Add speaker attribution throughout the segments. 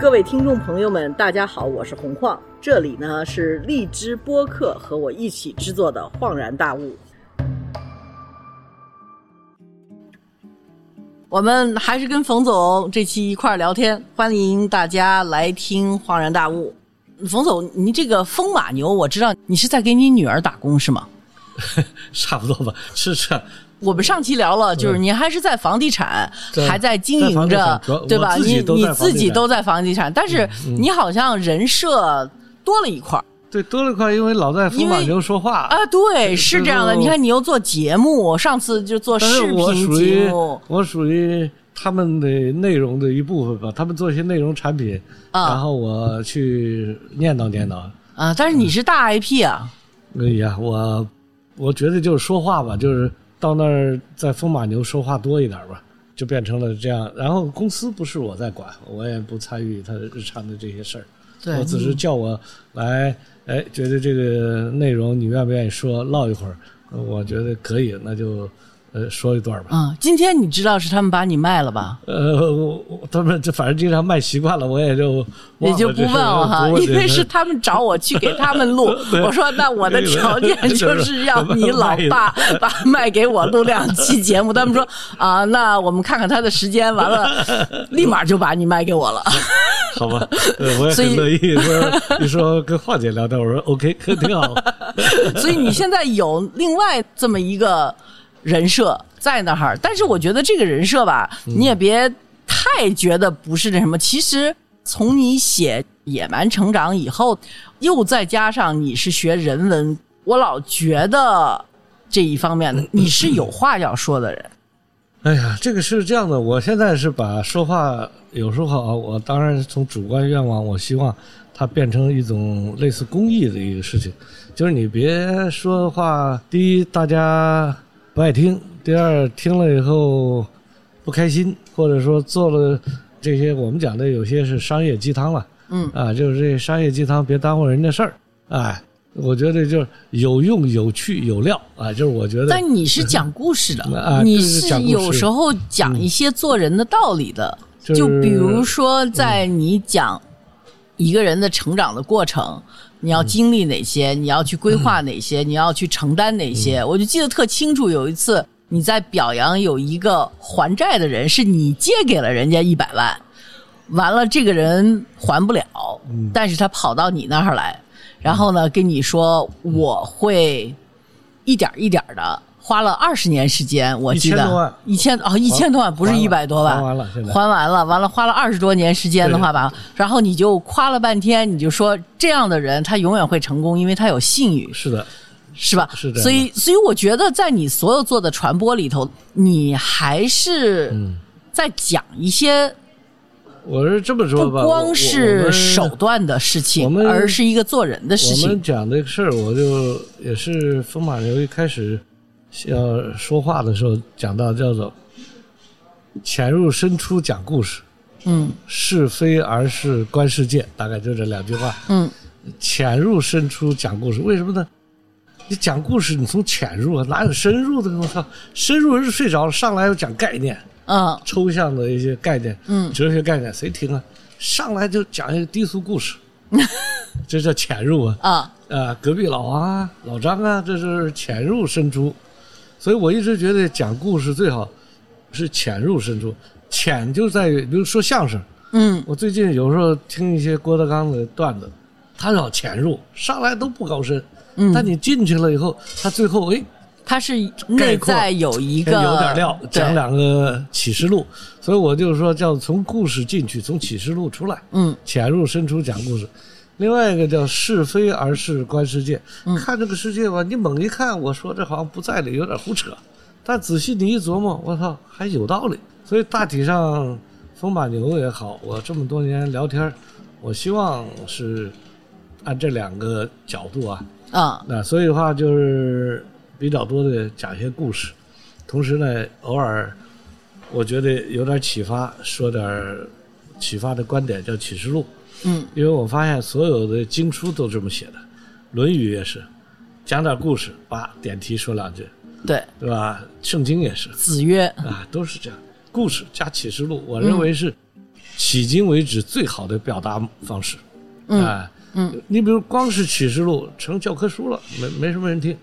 Speaker 1: 各位听众朋友们，大家好，我是洪晃，这里呢是荔枝播客和我一起制作的《恍然大悟》。我们还是跟冯总这期一块儿聊天，欢迎大家来听《恍然大悟》。冯总，你这个风马牛，我知道你是在给你女儿打工是吗？
Speaker 2: 差不多吧，是是。
Speaker 1: 我们上期聊了，就是您还是在房地产，
Speaker 2: 对
Speaker 1: 还在经营
Speaker 2: 嗯
Speaker 1: 着
Speaker 2: 在房地产主要，
Speaker 1: 对吧？
Speaker 2: 我自己
Speaker 1: 你
Speaker 2: 都
Speaker 1: 你
Speaker 2: 在房地
Speaker 1: 自
Speaker 2: 产嗯
Speaker 1: 己都在房地产，但是你好像人设多了一块儿
Speaker 2: 对，多了块，因为老在风马牛说话，
Speaker 1: 啊。对，是这样的。
Speaker 2: 就是
Speaker 1: 你看，你又做节目，上次就做
Speaker 2: 但
Speaker 1: 视
Speaker 2: 是我
Speaker 1: 频
Speaker 2: 属
Speaker 1: 节
Speaker 2: 于
Speaker 1: 目
Speaker 2: 我属于他们的内容的一部分吧，他们做一些内容产品，
Speaker 1: 啊
Speaker 2: 然后我去念叨念叨。
Speaker 1: 啊，但是你是大 IP 啊，
Speaker 2: 哎呀，我我觉得就是说话吧，就是到那儿在风马牛说话多一点吧，就变成了这样。然后公司不是我在管，我也不参与他日常的这些事儿。
Speaker 1: 对
Speaker 2: 嗯
Speaker 1: 嗯
Speaker 2: 我只是叫我来，哎，觉得这个内容你愿不愿意说唠一会儿？呃我觉得可以，那就呃说一段吧。
Speaker 1: 嗯，今天你知道是他们把你卖了吧？
Speaker 2: 呃，我我他们这反正经常卖习惯了，我也就忘
Speaker 1: 也
Speaker 2: 了
Speaker 1: 就不
Speaker 2: 这
Speaker 1: 问
Speaker 2: 事儿
Speaker 1: 了哈，
Speaker 2: 不问
Speaker 1: 因
Speaker 2: 这
Speaker 1: 为
Speaker 2: 事儿
Speaker 1: 是他们找我去给他们 录。我说那我的条件就是要你老爸 把卖给我录两期节目。他们说啊，那我们看看他的时间，完 了立马就把你卖给我了。
Speaker 2: 好 吧，呃我也
Speaker 1: 所以
Speaker 2: 很乐意说，你说跟华姐聊天，我说 OK，挺好。
Speaker 1: 所以你现在有另外这么一个人设在那儿，但是我觉得这个人设吧，
Speaker 2: 嗯
Speaker 1: 你也别太觉得不是那什么。其实从你写《野蛮成长》以后，又再加上你是学人文，我老觉得这一方
Speaker 2: 嗯
Speaker 1: 面的你是有话要说的人。
Speaker 2: 哎呀，这个是这样的，我现在是把说话有时候啊，我当然从主观愿望，我希望它变成一种类似公益的一个事情，就是你别说话，第一大家不爱听，第二听了以后不开心，或者说做了这些我们讲的有些是商业鸡汤了，
Speaker 1: 嗯
Speaker 2: 啊，就是这商业鸡汤别耽误人家事儿，哎，我觉得就是有用、有趣、有料啊，就是我觉得
Speaker 1: 但你是讲故事的，
Speaker 2: 啊
Speaker 1: 你
Speaker 2: 对对
Speaker 1: 是
Speaker 2: 讲故事嗯
Speaker 1: 有时候讲一些做人的道理的。
Speaker 2: 就是嗯
Speaker 1: 就比如说，在你讲一个人的成长的过程，你
Speaker 2: 嗯
Speaker 1: 要经历哪些，你要去规划哪些，你要去承担哪
Speaker 2: 嗯
Speaker 1: 些。我就记得特清楚，有一次你在表扬有一个还债的人，是你借给了人家一百万，完了这个人还不了，
Speaker 2: 嗯
Speaker 1: 但是他跑到你那儿来，然后呢跟你说
Speaker 2: 嗯
Speaker 1: 我会一点儿一点的。花了二十年时间，我记得
Speaker 2: 1000多万
Speaker 1: 一千哦，一千多万不是
Speaker 2: 还了
Speaker 1: 一百多万，
Speaker 2: 还完了现在
Speaker 1: 还完了，完了花了二十多年时间的话吧，然后你就夸了半天，你就说这样的人他永远会成功，因为他有信誉，
Speaker 2: 是的。
Speaker 1: 是吧？
Speaker 2: 是这样的
Speaker 1: 所以，所以我觉得在你所有做的传播里头，你还是
Speaker 2: 嗯
Speaker 1: 在讲一些
Speaker 2: 我是这么说
Speaker 1: 不
Speaker 2: 吧，
Speaker 1: 光是手
Speaker 2: 我
Speaker 1: 段的事
Speaker 2: 我
Speaker 1: 情，
Speaker 2: 们
Speaker 1: 而是一个做人的事
Speaker 2: 我们我
Speaker 1: 情
Speaker 2: 们。讲这个事儿，我就也是风马牛一开始要说话的时候讲到叫做潜入深出讲故事，
Speaker 1: 嗯
Speaker 2: 是非而是观世界，大概就这两句话。
Speaker 1: 嗯，
Speaker 2: 潜入深出讲故事，为什么呢？你讲故事，你从潜入啊，哪有深入的？我操，深入人是睡着了，上来又讲概念，
Speaker 1: 嗯
Speaker 2: 抽象的一些概念，
Speaker 1: 嗯
Speaker 2: 哲学概念谁听啊？上来就讲一个低俗 故事，这叫潜入啊！
Speaker 1: 啊
Speaker 2: 啊，隔壁老王啊，老张啊，这是潜入深出。所以我一直觉得讲故事最好是潜入深出，潜就在于，比如说相声，
Speaker 1: 嗯
Speaker 2: 我最近有时候听一些郭德纲的段子，他老潜入，上来都不高深，但
Speaker 1: 嗯，
Speaker 2: 你进去了以后，他最后哎
Speaker 1: 他是内在有一个
Speaker 2: 有点料，讲
Speaker 1: 对
Speaker 2: 两个启示录，所以我就说叫从故事进去，从启示录出来，
Speaker 1: 嗯
Speaker 2: 潜入深出讲故事。另外一个叫是非而是观世界，
Speaker 1: 嗯
Speaker 2: 看这个世界吧，你猛一看，我说这好像不在理，有点胡扯，但仔细你一琢磨，我操，还有道理。所以大体上，风马牛也好，我这么多年聊天儿，我希望是按这两个角度啊，
Speaker 1: 啊
Speaker 2: 那所以的话就是比较多的讲一些故事，同时呢，偶尔我觉得有点启发，说点儿启发的观点叫启示录，
Speaker 1: 嗯
Speaker 2: 因为我发现所有的经书都这么写的，《论语》也是，讲点故事，把点题说两句，
Speaker 1: 对，
Speaker 2: 对吧？《圣经》也是
Speaker 1: 子曰
Speaker 2: 啊，都是这样，故事加启示录，我认为是迄今为止最好的表达方式。
Speaker 1: 嗯
Speaker 2: 哎，
Speaker 1: 嗯，
Speaker 2: 你比如光是启示录成教科书了，没没什么人听。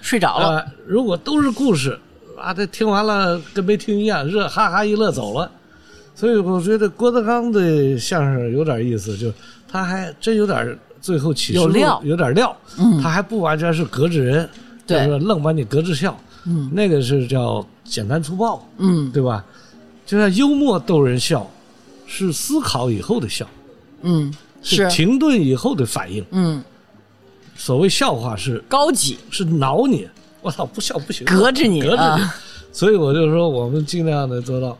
Speaker 1: 睡着了，
Speaker 2: 啊，如果都是故事，啊，这听完了跟没听一样，热哈哈一乐走了。所以我觉得郭德纲的相声有点意思，就他还真有点最后启示
Speaker 1: 有
Speaker 2: 录
Speaker 1: 料
Speaker 2: 有点料，
Speaker 1: 嗯
Speaker 2: 他还不完全是隔着人，
Speaker 1: 对
Speaker 2: 就是愣把你隔着笑，
Speaker 1: 嗯
Speaker 2: 那个是叫简单粗暴，
Speaker 1: 嗯
Speaker 2: 对吧？就像幽默逗人笑，是思考以后的笑，
Speaker 1: 嗯，是，
Speaker 2: 停顿以后的反应。
Speaker 1: 嗯，
Speaker 2: 所谓笑话是
Speaker 1: 高级，
Speaker 2: 是挠你，我操，不笑不行，
Speaker 1: 隔着你
Speaker 2: 隔着你
Speaker 1: 啊，
Speaker 2: 所以我就说，我们尽量的做到，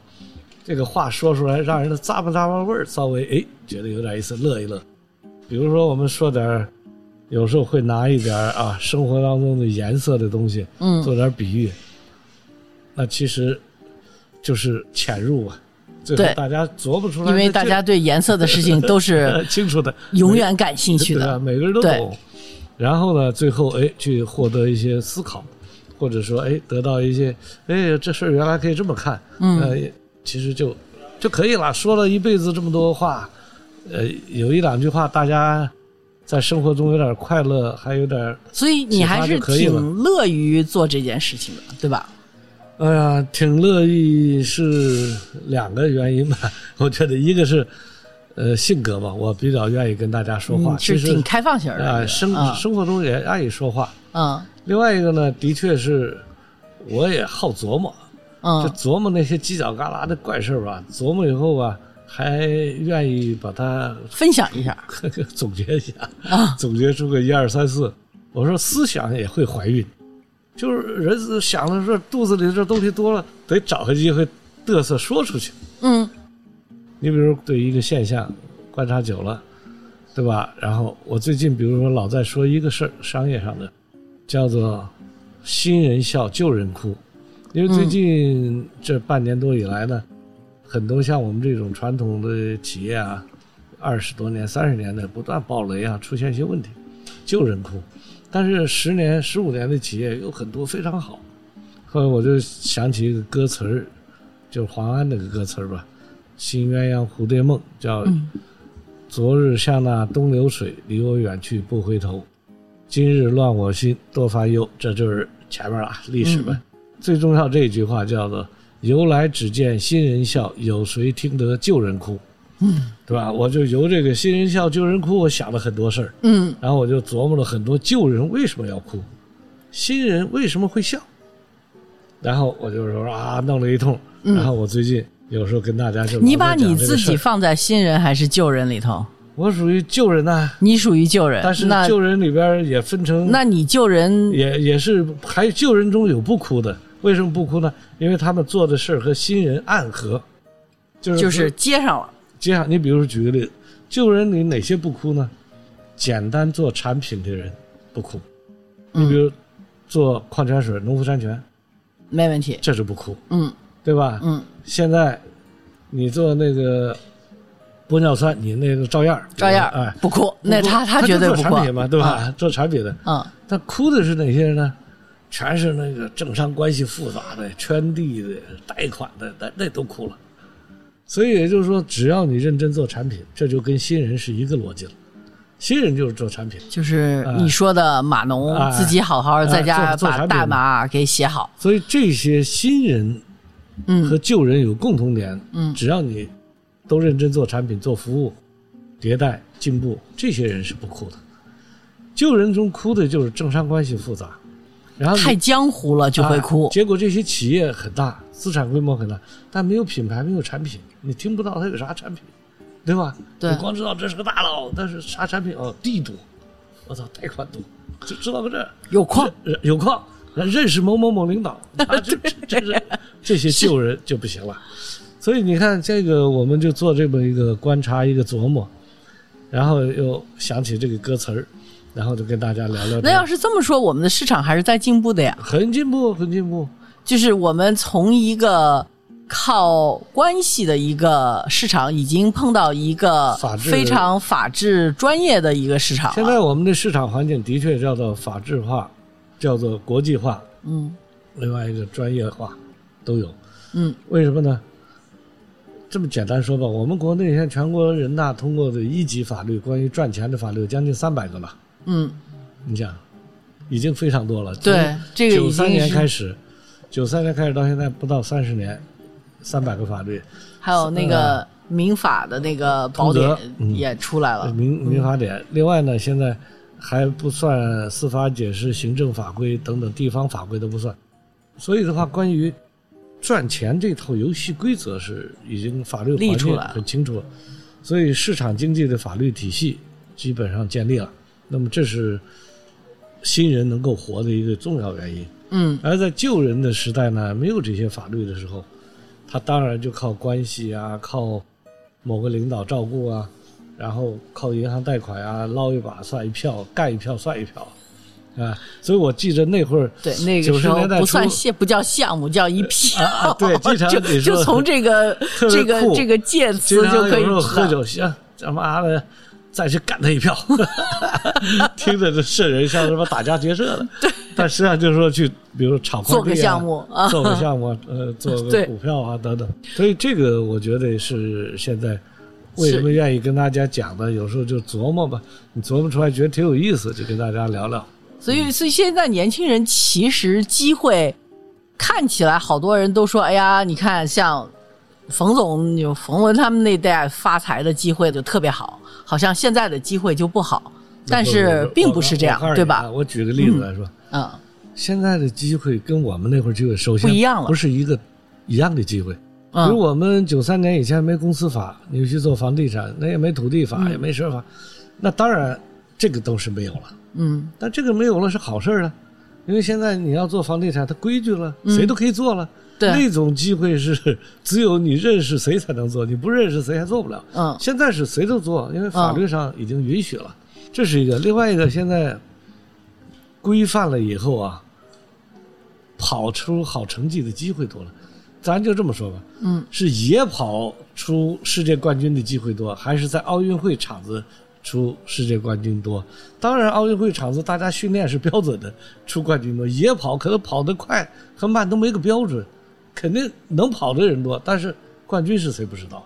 Speaker 2: 这个话说出来，让人的咂巴咂巴味儿稍微哎觉得有点意思，乐一乐。比如说，我们说点儿，有时候会拿一点儿啊生活当中的颜色的东西，
Speaker 1: 嗯
Speaker 2: 做点儿比喻，那其实就是潜入啊，最后
Speaker 1: 对
Speaker 2: 大家琢磨出来，
Speaker 1: 因为大家对颜色的事情都是
Speaker 2: 呃清楚的，
Speaker 1: 永远感兴趣
Speaker 2: 对啊，
Speaker 1: 的，
Speaker 2: 每个人都
Speaker 1: 对
Speaker 2: 懂。然后呢，最后哎，去获得一些思考，或者说哎，得到一些哎，这事儿原来可以这么看，
Speaker 1: 嗯
Speaker 2: 呃，也其实就就可以了。说了一辈子这么多话，呃，有一两句话大家在生活中有点快乐，还有点
Speaker 1: 所以你还是
Speaker 2: 启发就可以了
Speaker 1: 挺乐于做这件事情的，对吧？
Speaker 2: 哎呀，挺乐意是两个原因吧。 我觉得一个是呃性格吧，我比较愿意跟大家说话，
Speaker 1: 嗯
Speaker 2: 其
Speaker 1: 是
Speaker 2: 实
Speaker 1: 挺开放型的
Speaker 2: 啊、
Speaker 1: 一个
Speaker 2: 生、
Speaker 1: 啊
Speaker 2: 生活中也爱说话。
Speaker 1: 嗯
Speaker 2: 另外一个呢，的确是，我也好琢磨，就
Speaker 1: 嗯
Speaker 2: 琢磨那些犄角旮旯的怪事儿吧。琢磨以后吧，还愿意把它
Speaker 1: 分享一下
Speaker 2: 总结一下，
Speaker 1: 啊，
Speaker 2: 总结出个一二三四。我说思想也会怀孕，就是人想的是肚子里这东西多了，得找个机会嘚瑟说出去。
Speaker 1: 嗯
Speaker 2: 你比如对一个现象观察久了，对吧？然后我最近比如说老在说一个事儿，商业上的叫做“新人笑，旧人哭”，因为最近这半年多以来呢，很多像我们这种传统的企业啊，二十多年、三十年的不断爆雷啊，出现一些问题，旧人哭。但是十年、十五年的企业有很多非常好，后来我就想起一个歌词儿，就是黄安那个歌词儿吧，《新鸳鸯蝴蝶梦》叫
Speaker 1: 嗯
Speaker 2: “昨日像那东流水，离我远去不回头；今日乱我心，多烦忧。”这就是前面啊历史
Speaker 1: 嗯
Speaker 2: 呗。最重要这一句话叫做“由来只见新人笑，有谁听得旧人哭”，
Speaker 1: 嗯
Speaker 2: 对吧？我就由这个新人笑旧人哭，我想了很多事儿，
Speaker 1: 嗯
Speaker 2: 然后我就琢磨了很多旧人为什么要哭，新人为什么会笑。然后我就说啊，弄了一通。
Speaker 1: 嗯
Speaker 2: 然后我最近有时候跟大家就老
Speaker 1: 你
Speaker 2: 在
Speaker 1: 把
Speaker 2: 讲
Speaker 1: 你
Speaker 2: 这个
Speaker 1: 自
Speaker 2: 事
Speaker 1: 己
Speaker 2: 儿
Speaker 1: 放在新人还是旧人里头？
Speaker 2: 我属于旧人呐、
Speaker 1: 你属于旧人，
Speaker 2: 但是
Speaker 1: 那
Speaker 2: 旧人里边也分成，
Speaker 1: 那你旧人
Speaker 2: 也也是还旧人中有不哭的，为什么不哭呢？因为他们做的事儿和新人暗合，就是
Speaker 1: 就是接上了，
Speaker 2: 接下你比如说举个例子，旧人里哪些不哭呢？简单做产品的人不哭，你比
Speaker 1: 嗯，
Speaker 2: 如做矿泉水、农夫山泉，
Speaker 1: 没问题，
Speaker 2: 这是不哭，
Speaker 1: 嗯
Speaker 2: 对吧？
Speaker 1: 嗯，
Speaker 2: 现在你做那个玻尿酸，你那个照样儿
Speaker 1: 照样
Speaker 2: 哎
Speaker 1: 儿，不哭，那
Speaker 2: 不哭
Speaker 1: 他
Speaker 2: 他
Speaker 1: 绝对
Speaker 2: 就
Speaker 1: 不
Speaker 2: 做
Speaker 1: 哭
Speaker 2: 产，品嘛，对吧？
Speaker 1: 啊
Speaker 2: 做产品的，
Speaker 1: 嗯
Speaker 2: 但哭的是哪些人呢？全是那个政商关系复杂的、圈地的、贷款的，那那都哭了。所以也就是说，只要你认真做产品，这就跟新人是一个逻辑了。新人就是做产品，
Speaker 1: 就是你说的码农
Speaker 2: 哎
Speaker 1: 自己好好在家
Speaker 2: 哎做做
Speaker 1: 把
Speaker 2: 产品
Speaker 1: 代码给写好，
Speaker 2: 所以这些新人和
Speaker 1: 嗯
Speaker 2: 旧人有共同点。
Speaker 1: 嗯
Speaker 2: 只要你都认真做产品、做服务、迭代进步，这些人是不哭的。旧人中哭的就是政商关系复杂，然后你
Speaker 1: 太江湖了就会
Speaker 2: 啊
Speaker 1: 哭，
Speaker 2: 结果这些企业很大，资产规模很大，但没有品牌，没有产品，你听不到它有啥产品，对吧？
Speaker 1: 对
Speaker 2: 你光知道这是个大佬，但是啥产品哦，地多，我操，贷款多，就知道个这儿
Speaker 1: 有矿，
Speaker 2: 认有矿，认识某某某 领导，啊、这这这是这些旧人就不 行了。所以你看，这个我们就做这么一个观察，一个琢磨，然后又想起这个歌词儿，然后就跟大家聊聊这个。
Speaker 1: 那要是这么说，我们的市场还是在进步的呀。
Speaker 2: 很进步，很进步。
Speaker 1: 就是我们从一个靠关系的一个市场，已经碰到一个
Speaker 2: 法治
Speaker 1: 非常法治专业的一个市场
Speaker 2: 现
Speaker 1: 了。
Speaker 2: 在我们的市场环境的确叫做法制化，叫做国际化，
Speaker 1: 嗯
Speaker 2: 另外一个专业化都有。
Speaker 1: 嗯
Speaker 2: 为什么呢？这么简单说吧，我们国内现在全国人大通过的一级法律，关于赚钱的法律有将近三百个了。
Speaker 1: 嗯，
Speaker 2: 你想，已经非常多了。
Speaker 1: 对，这个
Speaker 2: 九
Speaker 1: 已
Speaker 2: 三
Speaker 1: 经
Speaker 2: 年开
Speaker 1: 是
Speaker 2: 始，九三年开始到现在不到三十年，三百个法律，
Speaker 1: 还有那个民法的那个宝典
Speaker 2: 哎通则嗯
Speaker 1: 也出来了。嗯
Speaker 2: 民民法典。另外呢，现在还不算司法解释、行政法规等等地方法规都不算。所以的话，关于赚钱这套游戏规则是已经法律
Speaker 1: 立
Speaker 2: 环
Speaker 1: 出
Speaker 2: 境
Speaker 1: 来了
Speaker 2: 很清楚了，所以市场经济的法律体系基本上建立了。那么这是新人能够活的一个重要原因。
Speaker 1: 嗯
Speaker 2: 而在旧人的时代呢，没有这些法律的时候，他当然就靠关系啊，靠某个领导照顾啊，然后靠银行贷款啊，捞一把算一票，干一票算一票，啊，所以我记着那会儿，
Speaker 1: 对，那个时
Speaker 2: 90
Speaker 1: 候
Speaker 2: 年代
Speaker 1: 不算
Speaker 2: 初
Speaker 1: 项，不叫项目，叫一票。
Speaker 2: 啊啊对经常
Speaker 1: 就
Speaker 2: 你说
Speaker 1: 就从这个
Speaker 2: 特别
Speaker 1: 这个
Speaker 2: 酷
Speaker 1: 这个介词
Speaker 2: 经常
Speaker 1: 就
Speaker 2: 有
Speaker 1: 可以啊
Speaker 2: 时候
Speaker 1: 知
Speaker 2: 喝
Speaker 1: 道。
Speaker 2: 酒行，他妈的。再去干他一票， 听着这瘆人，像什么打家劫舍的。但实际上就是说去，比如炒块地、啊、
Speaker 1: 做个项目啊，
Speaker 2: 做个项目，呃，做
Speaker 1: 对
Speaker 2: 个股票啊等等。所以这个我觉得是现在为什么愿意跟大家讲的，有时候就琢磨吧，你琢磨出来觉得挺有意思，就跟大家聊聊。
Speaker 1: 所以，所以现在年轻人其实机会看起来，好多人都说：“哎呀，你看像冯总、有冯文他们那代发财的机会就特别好，好像现在的机会就不好。”但是并不是这样
Speaker 2: 我告诉，你
Speaker 1: 对
Speaker 2: 啊
Speaker 1: 吧？
Speaker 2: 我举个例子来说，
Speaker 1: 嗯，
Speaker 2: 现在的机会跟我们那会儿机会首先
Speaker 1: 不一样了
Speaker 2: 不是一个一样的机会。比如
Speaker 1: 嗯，
Speaker 2: 我们九三年以前没公司法，你去做房地产，那也没土地法，
Speaker 1: 嗯
Speaker 2: 也没什么法，那当然这个都是没有了。
Speaker 1: 嗯，
Speaker 2: 但这个没有了是好事儿啊，因为现在你要做房地产，它规矩了，
Speaker 1: 嗯
Speaker 2: 谁都可以做了。
Speaker 1: 对，
Speaker 2: 那种机会是 只有你认识谁才能做，你不认识谁还做不了。
Speaker 1: 嗯，
Speaker 2: 现在是谁都做，因为法律上已经允许了，这是一个。另外一个，现在规范了以后啊，跑出好成绩的机会多了。咱就这么说吧，
Speaker 1: 嗯，
Speaker 2: 是野跑出世界冠军的机会多，还是在奥运会场子出世界冠军多？当然，奥运会场子大家训练是标准的，出冠军多。野跑可能跑得快和慢都没个标准，肯定能跑的人多，但是冠军是谁不知道？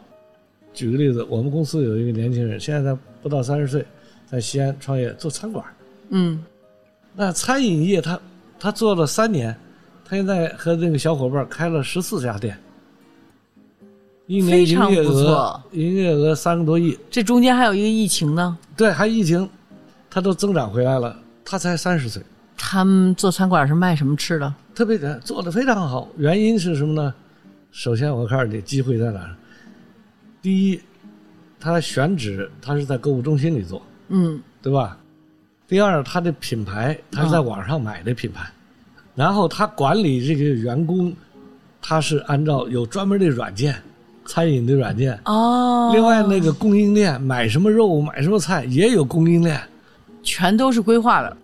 Speaker 2: 举个例子，我们公司有一个年轻人，现在他不到三十岁，在西安创业做餐馆儿。
Speaker 1: 嗯，
Speaker 2: 那餐饮业他他做了三年，他现在和那个小伙伴开了十四家店，一年
Speaker 1: 非
Speaker 2: 营
Speaker 1: 常
Speaker 2: 业
Speaker 1: 不
Speaker 2: 额
Speaker 1: 错
Speaker 2: 营业额三个多亿，
Speaker 1: 这中间还有一个疫情呢。
Speaker 2: 对，还疫情，他都增长回来了。他才三十岁，
Speaker 1: 他们做餐馆是卖什么吃的？
Speaker 2: 特别简单，做的非常好。原因是什么呢？首先我告诉你，机会在哪儿？第一，他选址他是在购物中心里做，
Speaker 1: 嗯，
Speaker 2: 对吧？第二，他的品牌他是在网上买的品牌，然后他管理这个员工，他是按照有专门的软件，餐饮的软件。
Speaker 1: 哦，
Speaker 2: 另外，那个供应链买什么肉、买什么菜也有供应链，
Speaker 1: 全都是规划的。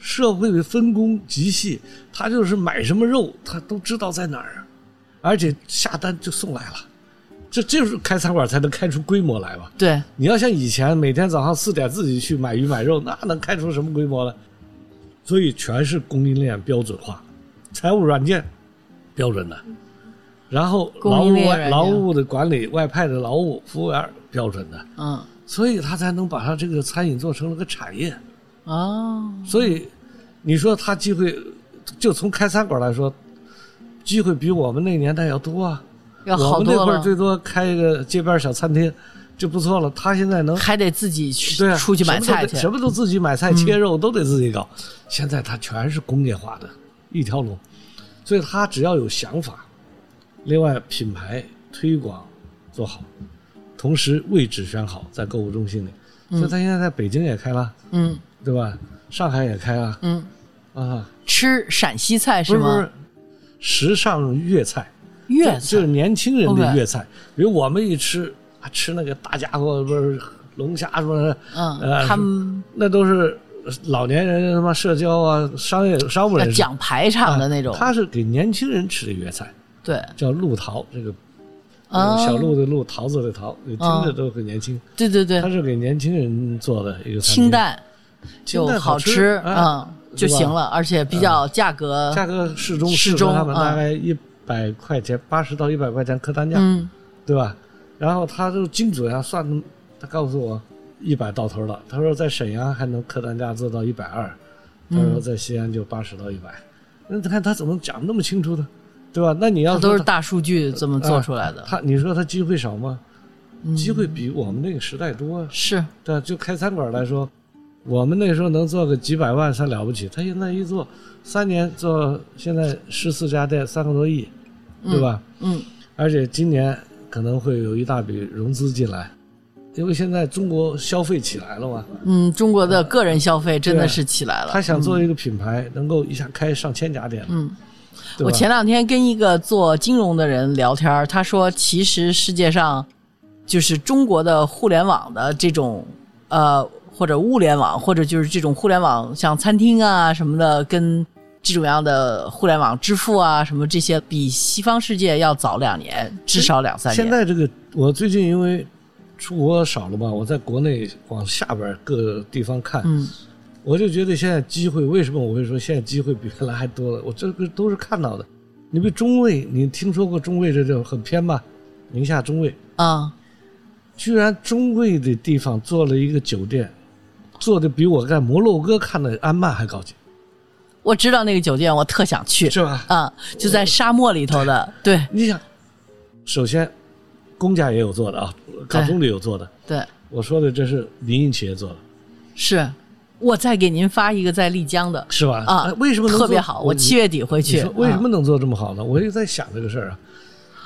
Speaker 2: 社会的分工极细，他就是买什么肉，他都知道在哪儿，而且下单就送来了。这这就是开餐馆才能开出规模来吧？
Speaker 1: 对，
Speaker 2: 你要像以前每天早上四点自己去买鱼买肉，那能开出什么规模来？所以全是供应链标准化，财务软件标准的，然后劳
Speaker 1: 供应
Speaker 2: 务
Speaker 1: 链
Speaker 2: 外
Speaker 1: 软件
Speaker 2: 劳务的管理、外派的劳务、服务员标准的，
Speaker 1: 嗯，
Speaker 2: 所以他才能把他这个餐饮做成了个产业。
Speaker 1: 哦，
Speaker 2: 所以你说他机会，就从开餐馆来说，机会比我们那年代要多啊。
Speaker 1: 要
Speaker 2: 我
Speaker 1: 好
Speaker 2: 们那
Speaker 1: 多
Speaker 2: 会儿
Speaker 1: 了。
Speaker 2: 最多开一个街边小餐厅就不错了，他现在能
Speaker 1: 还得自己去
Speaker 2: 对啊，
Speaker 1: 出去买菜
Speaker 2: 什
Speaker 1: 去。嗯
Speaker 2: 么都得什么都自己买菜切肉、都得自己搞。现在它全是工业化的，一条龙，所以它只要有想法，另外品牌推广做好，同时位置选好在购物中心里。所以它现在在北京也开了，
Speaker 1: 嗯
Speaker 2: 对吧？上海也开了
Speaker 1: 嗯，
Speaker 2: 啊，
Speaker 1: 吃陕西菜
Speaker 2: 不
Speaker 1: 是
Speaker 2: 是不是
Speaker 1: 吗？，
Speaker 2: 时尚粤菜。
Speaker 1: 粤菜
Speaker 2: 就是年轻人
Speaker 1: OK
Speaker 2: 的粤菜。比如我们一吃啊，吃那个大家伙，不是龙虾什么的，
Speaker 1: 嗯
Speaker 2: 呃
Speaker 1: 他们
Speaker 2: 那都是老年人他妈社交啊，商业商务
Speaker 1: 要
Speaker 2: 人士
Speaker 1: 讲排场的那种
Speaker 2: 啊。他是给年轻人吃的粤菜，
Speaker 1: 对，
Speaker 2: 叫鹿桃，这个、
Speaker 1: 啊，
Speaker 2: 小鹿的鹿，桃子的桃，听着都很年轻。
Speaker 1: 对对
Speaker 2: 他
Speaker 1: 对，
Speaker 2: 是给年轻人做的一个餐
Speaker 1: 清
Speaker 2: 厅，
Speaker 1: 淡
Speaker 2: 清
Speaker 1: 就
Speaker 2: 淡
Speaker 1: 好
Speaker 2: 吃，啊，嗯
Speaker 1: 嗯就行了，而且比较价格
Speaker 2: 价格适中，
Speaker 1: 适
Speaker 2: 适合
Speaker 1: 中
Speaker 2: 他们
Speaker 1: 啊
Speaker 2: 大概一百块钱，八十到一百块钱客单价，
Speaker 1: 嗯
Speaker 2: 对吧？然后他就精准啊算，他告诉我一百到头了。他说在沈阳还能客单价做到一百二，
Speaker 1: 嗯
Speaker 2: 他说在西安就八十到一百。那你看他怎么讲那么清楚的，对吧？那你要嗯
Speaker 1: 它
Speaker 2: 说
Speaker 1: 都是
Speaker 2: 他
Speaker 1: 大数据这么 做出来的，
Speaker 2: 他你说他机会少吗？
Speaker 1: 嗯
Speaker 2: 机会比我们那个时代多啊。
Speaker 1: 是
Speaker 2: 对，就开餐馆来说，我们那时候能做个几百万算了不起，他现在一做三年做现在十四家店三个多亿，对吧？
Speaker 1: 嗯
Speaker 2: 而且今年可能会有一大笔融资进来，因为现在中国消费起来了嘛，
Speaker 1: 嗯，中国的个人消费真的是起来了。
Speaker 2: 他想做一个品牌，能够一下开上千家店，
Speaker 1: 嗯，
Speaker 2: 对吧？
Speaker 1: 我前两天跟一个做金融的人聊天儿，他说，其实世界上就是中国的互联网的这种呃，或者物联网，或者就是这种互联网，像餐厅啊什么的，跟这种样的互联网支付啊什么这些，比西方世界要早两年，至少两三年。
Speaker 2: 现在这个，我最近因为出国少了嘛，我在国内往下边各地方看，
Speaker 1: 嗯
Speaker 2: 我就觉得现在机会，为什么我会说现在机会比原来还多了？我这个都是看到的。你比如中卫，你听说过中卫这就很偏吧？宁夏中卫，
Speaker 1: 啊
Speaker 2: 居然中卫的地方做了一个酒店，做的比我在摩洛哥看的安曼还高级，
Speaker 1: 我知道那个酒店，我特想去。
Speaker 2: 是吧？
Speaker 1: 啊，就在沙漠里头的，对
Speaker 2: 你想，首先，公家也有做的啊，港中旅有做的，
Speaker 1: 对
Speaker 2: 我说的这是民营企业做的，
Speaker 1: 是。我再给您发一个在丽江的
Speaker 2: 是吧？
Speaker 1: 啊
Speaker 2: 哎，为什么能
Speaker 1: 特别
Speaker 2: 做
Speaker 1: 好，我七。月底回
Speaker 2: 你
Speaker 1: 去
Speaker 2: 说。为什么
Speaker 1: 啊？
Speaker 2: 能做这么好呢？我也在想这个事儿啊。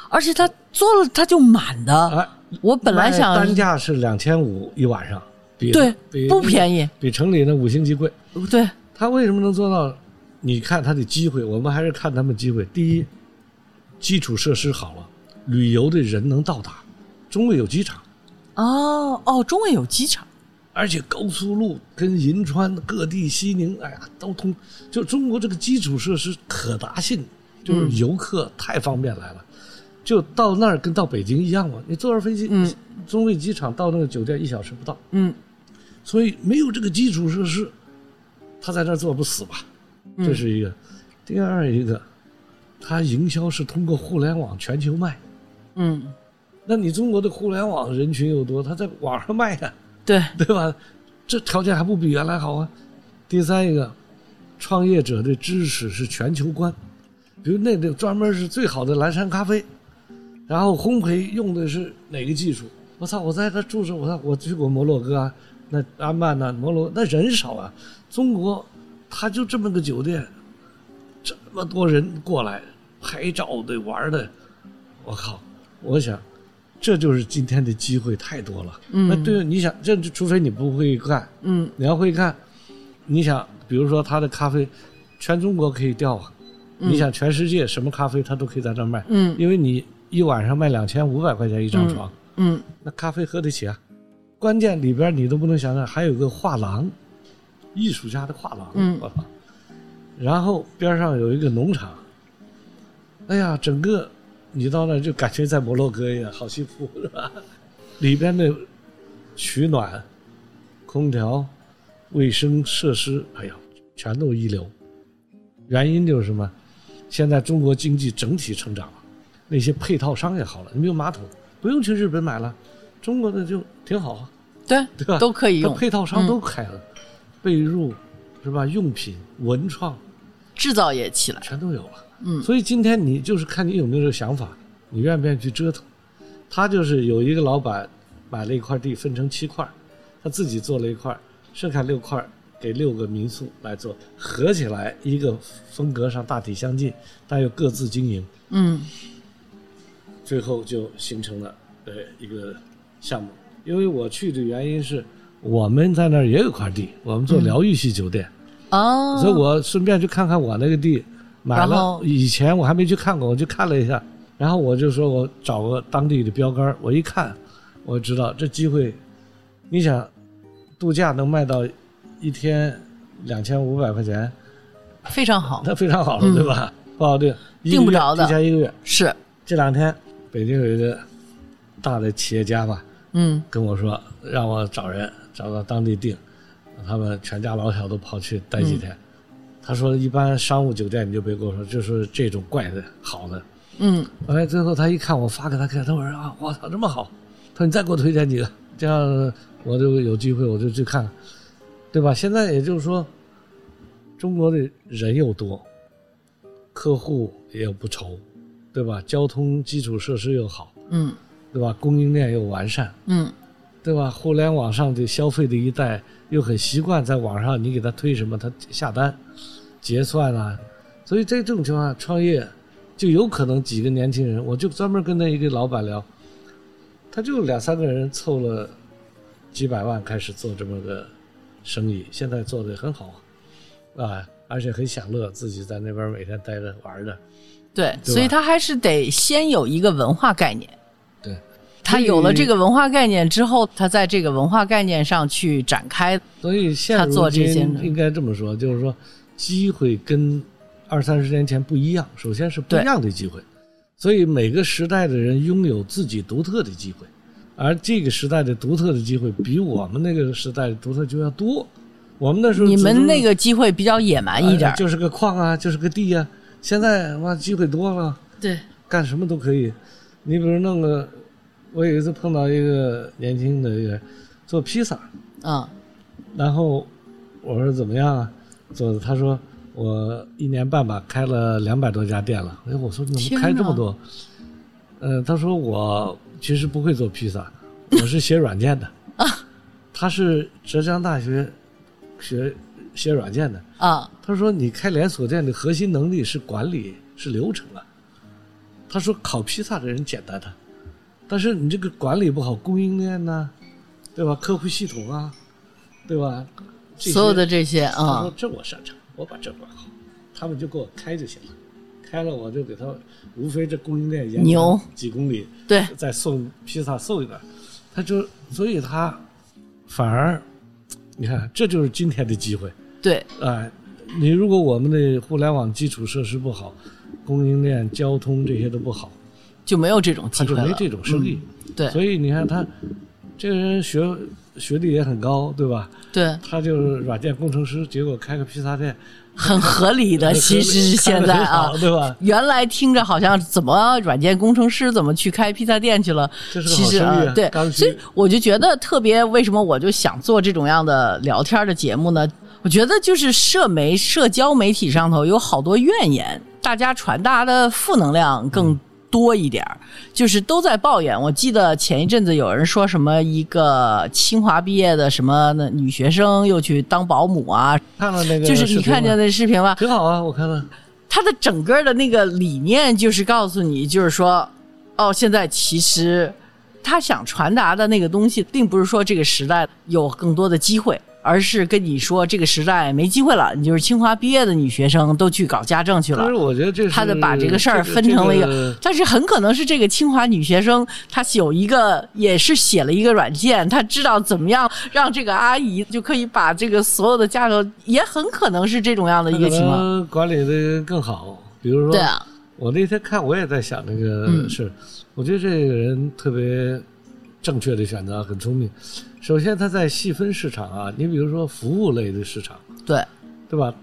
Speaker 1: 而且他做了，他就满的。
Speaker 2: 啊，
Speaker 1: 我本来想
Speaker 2: 卖单价是两千五一晚上，比
Speaker 1: 对
Speaker 2: 比
Speaker 1: 不便宜，
Speaker 2: 比城里那五星级贵。
Speaker 1: 对
Speaker 2: 他为什么能做到？你看他的机会，我们还是看他们机会。第一，基础设施好了，旅游的人能到达，中卫有机场，
Speaker 1: 哦哦，中卫有机场，
Speaker 2: 而且高速路跟银川各地西宁，哎呀，都通。就中国这个基础设施可达性，就是游客太方便来了。就到那儿跟到北京一样嘛，你坐上飞机，
Speaker 1: 嗯
Speaker 2: 中卫机场到那个酒店一小时不到，
Speaker 1: 嗯，
Speaker 2: 所以没有这个基础设施，他在那儿做不死吧？
Speaker 1: 嗯
Speaker 2: 这是一个。第二一个，它营销是通过互联网全球卖。
Speaker 1: 嗯，
Speaker 2: 那你中国的互联网人群有多？他在网上卖呀、
Speaker 1: 对，
Speaker 2: 对吧？这条件还不比原来好啊？第三一个，创业者的知识是全球观，比如那个专门是最好的蓝山咖啡，然后烘焙用的是哪个技术？我操！我在这住着，我操！我去过摩洛哥啊，那安曼呐、摩洛那人少啊，中国他就这么个酒店，这么多人过来拍照的玩的，我靠！我想，这就是今天的机会太多了。
Speaker 1: 嗯
Speaker 2: 那对，你想，这除非你不会干，
Speaker 1: 嗯
Speaker 2: 你要会干，你想，比如说他的咖啡，全中国可以调啊，
Speaker 1: 嗯
Speaker 2: 你想全世界什么咖啡他都可以在这儿卖，
Speaker 1: 嗯
Speaker 2: 因为你一晚上卖两千五百块钱一张床，
Speaker 1: 嗯
Speaker 2: 那咖啡喝得起啊。关键里边你都不能想象，还有个画廊，艺术家的画廊，
Speaker 1: 嗯
Speaker 2: 我操！然后边上有一个农场，哎呀，整个你到那儿就感觉在摩洛哥一样，好西服是吧？里边的取暖、空调、卫生设施，哎呀，全都一流。原因就是什么？现在中国经济整体成长了，那些配套商也好了，你比如马桶不用去日本买了，中国的就挺好啊，
Speaker 1: 对，
Speaker 2: 对吧？
Speaker 1: 都可以
Speaker 2: 它
Speaker 1: 用，
Speaker 2: 配套商
Speaker 1: 嗯
Speaker 2: 都开了，被褥是吧？用品、文创
Speaker 1: 制造业起来，
Speaker 2: 全都有了。
Speaker 1: 嗯
Speaker 2: 所以今天你就是看你有没有这个想法，你愿不愿意去折腾。他就是有一个老板买了一块地，分成七块儿，他自己做了一块儿，剩下六块儿给六个民宿来做，合起来一个风格上大体相近，但又各自经营，
Speaker 1: 嗯
Speaker 2: 最后就形成了呃一个项目。因为我去的原因是我们在那儿也有块地，我们做疗愈系酒店，
Speaker 1: 哦，
Speaker 2: 所以我顺便去看看我那个地，买
Speaker 1: 然
Speaker 2: 了
Speaker 1: 后。
Speaker 2: 以前我还没去看过，我去看了一下，然后我就说我找个当地的标杆儿，我一看，我知道这机会，你想，度假能卖到一天两千五百块钱，
Speaker 1: 非常好，
Speaker 2: 那非常好了，对吧？不好定，一
Speaker 1: 嗯
Speaker 2: 个
Speaker 1: 定不
Speaker 2: 月
Speaker 1: 着的
Speaker 2: 提前一个月。
Speaker 1: 是，
Speaker 2: 这两天北京有一个大的企业家吧，
Speaker 1: 嗯
Speaker 2: 跟我说让我找人找到当地定，他们全家老小都跑去待几天。他说一般商务酒店你就别跟我说，就是这种怪的好的。
Speaker 1: 嗯
Speaker 2: 哎，最后他一看我发给他看，他说啊，我操这么好，他说你再给我推荐几个，这样我就有机会我就去看看，对吧？现在也就是说，中国的人又多，客户也不愁，对吧？交通基础设施又好，
Speaker 1: 嗯
Speaker 2: 对吧？供应链又完善，
Speaker 1: 嗯
Speaker 2: 对吧？互联网上的消费的一代又很习惯在网上，你给他推什么，他下单、结算啊。所以在这种情况下，创业就有可能几个年轻人，我就专门跟那一个老板聊，他就两三个人凑了几百万开始做这么个生意，现在做的很好啊，而且很享乐，自己在那边每天待着玩着。
Speaker 1: 对，
Speaker 2: 对
Speaker 1: 所以
Speaker 2: 吧
Speaker 1: 他还是得先有一个文化概念。
Speaker 2: 对，
Speaker 1: 他有了这个文化概念之后，他在这个文化概念上去展开。
Speaker 2: 所以现
Speaker 1: 他做
Speaker 2: 如
Speaker 1: 这些
Speaker 2: 今
Speaker 1: 呢
Speaker 2: 应该这么说，就是说，机会跟二三十年前不一样，首先是不一
Speaker 1: 对
Speaker 2: 样的机会，所以每个时代的人拥有自己独特的机会，而这个时代的独特的机会比我们那个时代的独特就要多。我们那时候
Speaker 1: 你
Speaker 2: 只
Speaker 1: 们
Speaker 2: 是
Speaker 1: 那个机会比较野蛮一点
Speaker 2: 哎
Speaker 1: 儿，
Speaker 2: 就是个矿啊，就是个地啊，现在哇机会多了，
Speaker 1: 对，
Speaker 2: 干什么都可以。你比如弄个，我有一次碰到一个年轻的人做披萨，
Speaker 1: 嗯
Speaker 2: 然后我说怎么样啊？做的他说我一年半吧，开了两百多家店了。哎，我说你怎
Speaker 1: 天
Speaker 2: 么
Speaker 1: 哪
Speaker 2: 开这么多？呃，他说我其实不会做披萨，我是写软件的。他是浙江大学学写软件的。
Speaker 1: 啊，
Speaker 2: 他说你开连锁店的核心能力是管理，是流程啊。他说烤披萨的人简单的，但是你这个管理不好，供应链呐、对吧？客户系统啊，对吧？这些
Speaker 1: 所有的这些
Speaker 2: 他
Speaker 1: 啊
Speaker 2: 说，这我擅长，我把这管好，他们就给我开就行了，开了我就给他，无非这供应链延
Speaker 1: 牛
Speaker 2: 长几公里，
Speaker 1: 对，
Speaker 2: 再送披萨送一点儿，他就所以他反而，你看这就是今天的机会。
Speaker 1: 对，
Speaker 2: 哎，你如果我们的互联网基础设施不好，供应链、交通这些都不好，
Speaker 1: 就没有这种
Speaker 2: 他
Speaker 1: 机
Speaker 2: 就
Speaker 1: 会
Speaker 2: 没
Speaker 1: 了。
Speaker 2: 这种生意。
Speaker 1: 嗯对
Speaker 2: 所以你看他这个人学学历也很高，对吧？
Speaker 1: 对，
Speaker 2: 他就是软件工程师，结果开个披萨店，
Speaker 1: 很合理的，其实是现在啊
Speaker 2: 开得很好，对吧？
Speaker 1: 原来听着好像怎么软件工程师怎么去开披萨店去了，
Speaker 2: 这是个
Speaker 1: 其
Speaker 2: 好
Speaker 1: 实
Speaker 2: 生意、
Speaker 1: 啊
Speaker 2: 啊，，
Speaker 1: 对，
Speaker 2: 刚需
Speaker 1: 所以我就觉得特别，为什么我就想做这种样的聊天的节目呢？我觉得就是社媒、社交媒体上头有好多怨言，大家传达的负能量
Speaker 2: 嗯
Speaker 1: 更多一点儿，就是都在抱怨。我记得前一阵子有人说什么一个清华毕业的什么那女学生又去当保姆啊，
Speaker 2: 看到那个
Speaker 1: 就是
Speaker 2: 视
Speaker 1: 你
Speaker 2: 频
Speaker 1: 看见
Speaker 2: 了
Speaker 1: 那视频吧，
Speaker 2: 挺好啊，我看了，
Speaker 1: 他的整个的那个理念就是告诉你，就是说，哦，现在其实他想传达的那个东西，并不是说这个时代有更多的机会，而是跟你说这个时代没机会了，你就是清华毕业的女学生都去搞家政去
Speaker 2: 但
Speaker 1: 了
Speaker 2: 是。我觉得这是
Speaker 1: 他的把这个事儿分成了一
Speaker 2: 这
Speaker 1: 个，
Speaker 2: 个
Speaker 1: 但是很可能是这个清华女学生，她有一个也是写了一个软件，她知道怎么样让这个阿姨就可以把这个所有的家头，也很可能是这种样的一个情
Speaker 2: 可
Speaker 1: 况。
Speaker 2: 能管理的更好，比如说
Speaker 1: 对啊，
Speaker 2: 我那天看，我也在想这个
Speaker 1: 嗯
Speaker 2: 事儿、我觉得这个人特别正确的选择，很聪明。首先，他在细分市场啊，你比如说服务类的市场，
Speaker 1: 对，
Speaker 2: 对吧？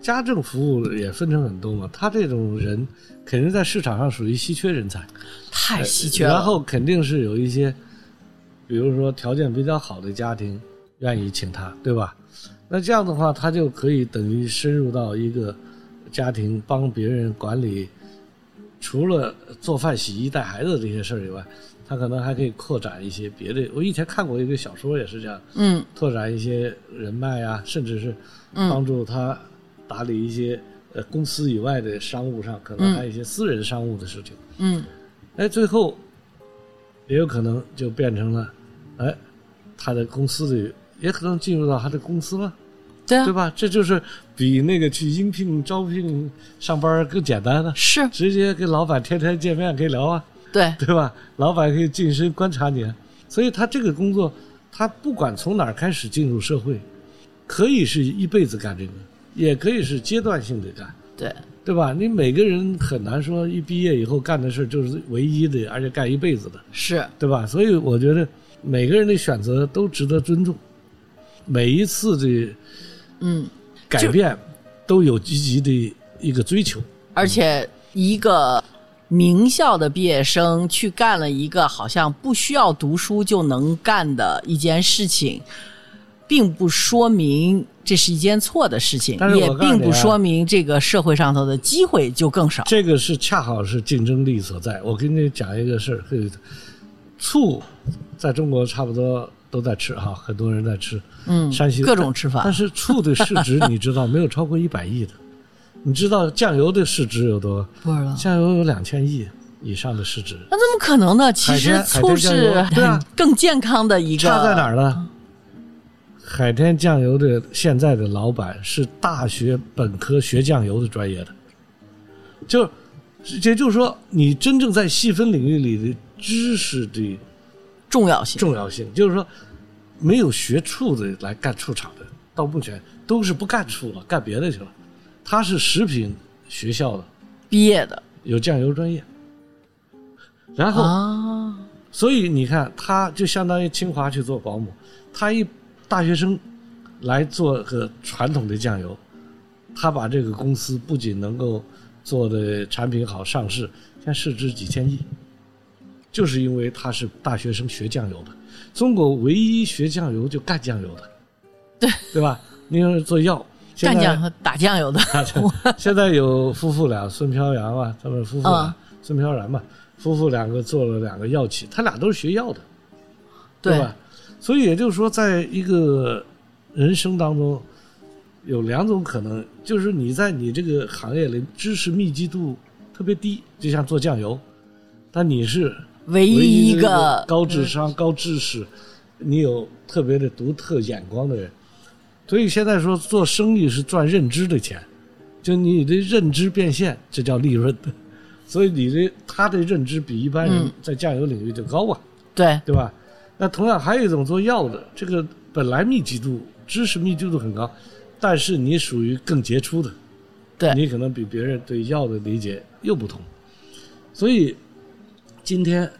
Speaker 2: 家政服务也分成很多嘛，他这种人肯定在市场上属于稀缺人才，
Speaker 1: 太稀缺了。
Speaker 2: 然后肯定是有一些，比如说条件比较好的家庭愿意请他，对吧？那这样的话，他就可以等于深入到一个家庭，帮别人管理，除了做饭、洗衣、带孩子这些事儿以外，他可能还可以扩展一些别的。我以前看过一个小说，也是这样，
Speaker 1: 嗯
Speaker 2: 拓展一些人脉啊，甚至是帮
Speaker 1: 嗯
Speaker 2: 助他打理一些呃公司以外的商务上，可能还有一些私人商务的事情。
Speaker 1: 嗯，
Speaker 2: 哎，最后也有可能就变成了，哎，他的公司里也可能进入到他的公司了，
Speaker 1: 对啊
Speaker 2: 对，吧？这就是比那个去应聘招聘上班更简单的，
Speaker 1: 是，
Speaker 2: 直接跟老板天天见面可以聊啊，
Speaker 1: 对
Speaker 2: 对吧？老板可以近身观察你啊，所以他这个工作，他不管从哪儿开始进入社会，可以是一辈子干这个，也可以是阶段性的干。
Speaker 1: 对
Speaker 2: 对吧？你每个人很难说一毕业以后干的事儿就是唯一的，而且干一辈子的，
Speaker 1: 是，
Speaker 2: 对吧？所以我觉得每个人的选择都值得尊重，每一次的
Speaker 1: 嗯，
Speaker 2: 改变都有积极的一个追求。
Speaker 1: 而且一个名校的毕业生去干了一个好像不需要读书就能干的一件事情，并不说明这是一件错的事情
Speaker 2: 但，是我
Speaker 1: 也
Speaker 2: 告诉
Speaker 1: 并
Speaker 2: 你
Speaker 1: 不
Speaker 2: 啊
Speaker 1: 说明这个社会上头的机会就更少。
Speaker 2: 这个是恰好是竞争力所在。我跟你讲一个事儿，可以醋在中国差不多都在吃哈，很多人在吃，
Speaker 1: 嗯，
Speaker 2: 山西
Speaker 1: 各种吃法
Speaker 2: 但，是醋的市值你知道没有超过一百亿的，你知道酱油的市值有多？
Speaker 1: 不知道。
Speaker 2: 酱油有两千亿以上的市值，
Speaker 1: 那怎么可能呢？其实
Speaker 2: 海鲜
Speaker 1: 醋是
Speaker 2: 海鲜酱油对啊
Speaker 1: 更健康的一个，
Speaker 2: 差在哪儿呢？海天酱油的现在的老板是大学本科学酱油的专业的，就也就是说，你真正在细分领域里的知识的
Speaker 1: 重要性。
Speaker 2: 重要性，就是说，没有学醋的来干醋厂的，到目前都是不干醋了，干别的去了。他是食品学校的，
Speaker 1: 毕业的
Speaker 2: 有酱油专业，然后
Speaker 1: 啊，
Speaker 2: 所以你看，他就相当于清华去做保姆，他一大学生来做个传统的酱油，他把这个公司不仅能够做的产品好上市，现在市值几千亿，就是因为他是大学生学酱油的。中国唯一学酱油就干酱油的，对对吧？你要是做药，现
Speaker 1: 干
Speaker 2: 在
Speaker 1: 酱和打酱油的，
Speaker 2: 现在有夫妇俩，孙飘扬嘛，他们夫妇俩、
Speaker 1: 嗯
Speaker 2: 孙飘然嘛，夫妇两个做了两个药企，他俩都是学药的，
Speaker 1: 对
Speaker 2: 吧？所以也就是说，在一个人生当中，有两种可能，就是你在你这个行业里知识密集度特别低，就像做酱油，但你是
Speaker 1: 唯
Speaker 2: 唯
Speaker 1: 一一
Speaker 2: 一
Speaker 1: 个
Speaker 2: 高智
Speaker 1: 嗯
Speaker 2: 商、高知识，你有特别的独特眼光的人。所以现在说做生意是赚认知的钱，就你的认知变现，这叫利润 的。所以你的他的认知比一般人
Speaker 1: 嗯
Speaker 2: 在酱油领域就高啊，
Speaker 1: 对
Speaker 2: 对吧？那同样还有一种做药的，这个本来密集度、知识密集度很高，但是你属于更杰出的，
Speaker 1: 对
Speaker 2: 你可能比别人对药的理解又不同。所以，今天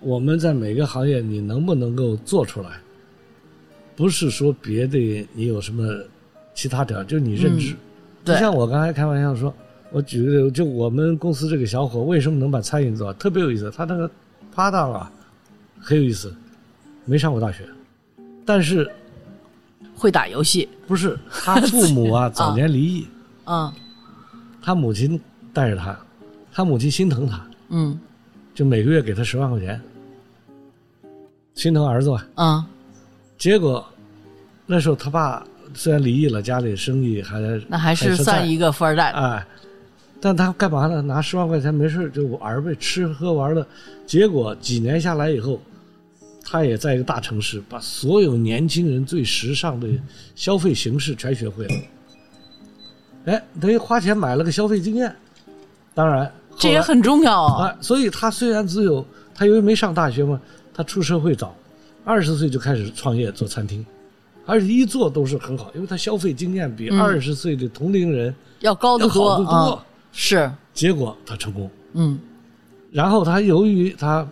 Speaker 2: 我们在每个行业，你能不能够做出来，不是说别的你有什么其他条件，就是你认知。就
Speaker 1: 对
Speaker 2: 像我刚才开玩笑说，我举个例子，就我们公司这个小伙为什么能把餐饮做好，啊特别有意思。他那个搭档啊，很有意思，没上过大学，但是
Speaker 1: 会打游戏，
Speaker 2: 不是他父 母啊早年离异，
Speaker 1: 嗯
Speaker 2: 他母亲带着他，他母亲心疼他，
Speaker 1: 嗯
Speaker 2: 就每个月给他十万块钱，心疼儿子吧。
Speaker 1: 嗯，
Speaker 2: 结果那时候他爸虽然离异了，家里生意还
Speaker 1: 那还是
Speaker 2: 在
Speaker 1: 算一个富二代，
Speaker 2: 哎，但他干嘛呢？拿十万块钱没事儿就玩呗，吃喝玩乐。结果几年下来以后，他也在一个大城市，把所有年轻人最时尚的消费形式全学会了。哎，等于花钱买了个消费经验。当然，
Speaker 1: 这
Speaker 2: 后
Speaker 1: 也
Speaker 2: 来
Speaker 1: 很重要啊。
Speaker 2: 啊，所以他虽然只有他因为没上大学嘛，他出社会早，二十岁就开始创业做餐厅，而且一做都是很好，因为他消费经验比
Speaker 1: 嗯
Speaker 2: 二十岁的同龄人
Speaker 1: 要高
Speaker 2: 要
Speaker 1: 得
Speaker 2: 好得
Speaker 1: 啊、
Speaker 2: 多。
Speaker 1: 是，
Speaker 2: 结果他成功，
Speaker 1: 嗯，
Speaker 2: 然后他由于他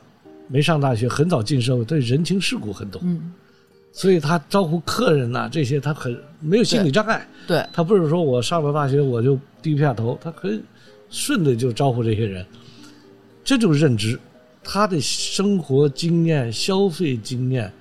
Speaker 2: 没上大学，很早进社会，对人情世故很懂，
Speaker 1: 嗯
Speaker 2: 所以他招呼客人呐、这些他很没有心理障碍。
Speaker 1: 对，
Speaker 2: 他不是说我上了大学我就低不下头，他很顺的就招呼这些人，这种认知，他的生活经验、消费经验